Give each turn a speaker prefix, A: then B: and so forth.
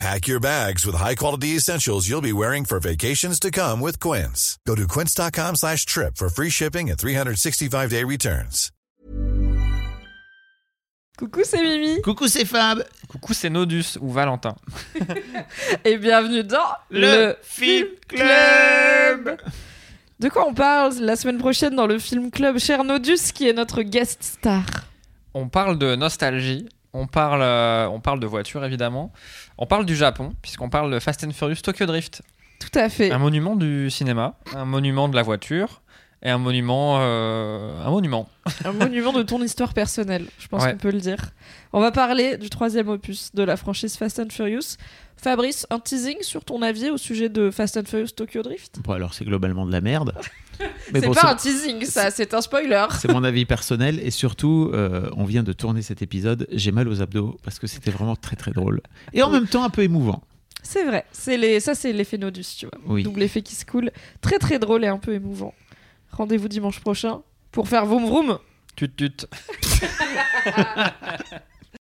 A: Pack your bags with high-quality essentials you'll be wearing for vacations to come with Quince. Go to quince.com slash trip for free shipping and 365-day returns.
B: Coucou, c'est Mimi
C: Coucou, c'est Fab.
D: Coucou, c'est Nodus ou Valentin.
B: et bienvenue dans De quoi on parle la semaine prochaine dans le film club Cher Nodus qui est notre guest star.
D: On parle de nostalgie, on parle, euh, on parle de voiture évidemment, on parle du Japon puisqu'on parle de Fast and Furious Tokyo Drift,
B: Tout à fait.
D: un monument du cinéma, un monument de la voiture et un monument, euh, un monument.
B: Un monument de ton histoire personnelle, je pense
D: Ouais.
B: qu'on peut le dire. On va parler du troisième opus de la franchise Fast and Furious. Fabrice, un teasing sur ton avis au sujet de Fast and Furious Tokyo Drift
C: Bon, alors c'est globalement de la merde.
B: C'est pas un teasing, ça, c'est un spoiler.
C: c'est mon avis personnel. Et surtout, euh, on vient de tourner cet épisode. J'ai mal aux abdos parce que c'était vraiment très très drôle. Et en même temps, un peu émouvant.
B: C'est vrai, c'est les... ça c'est l'effet Nodus, tu vois.
C: Oui.
B: Double effet qui se coule. Très très drôle et un peu émouvant. Rendez-vous dimanche prochain pour faire vroom vroom.
D: Tut tut.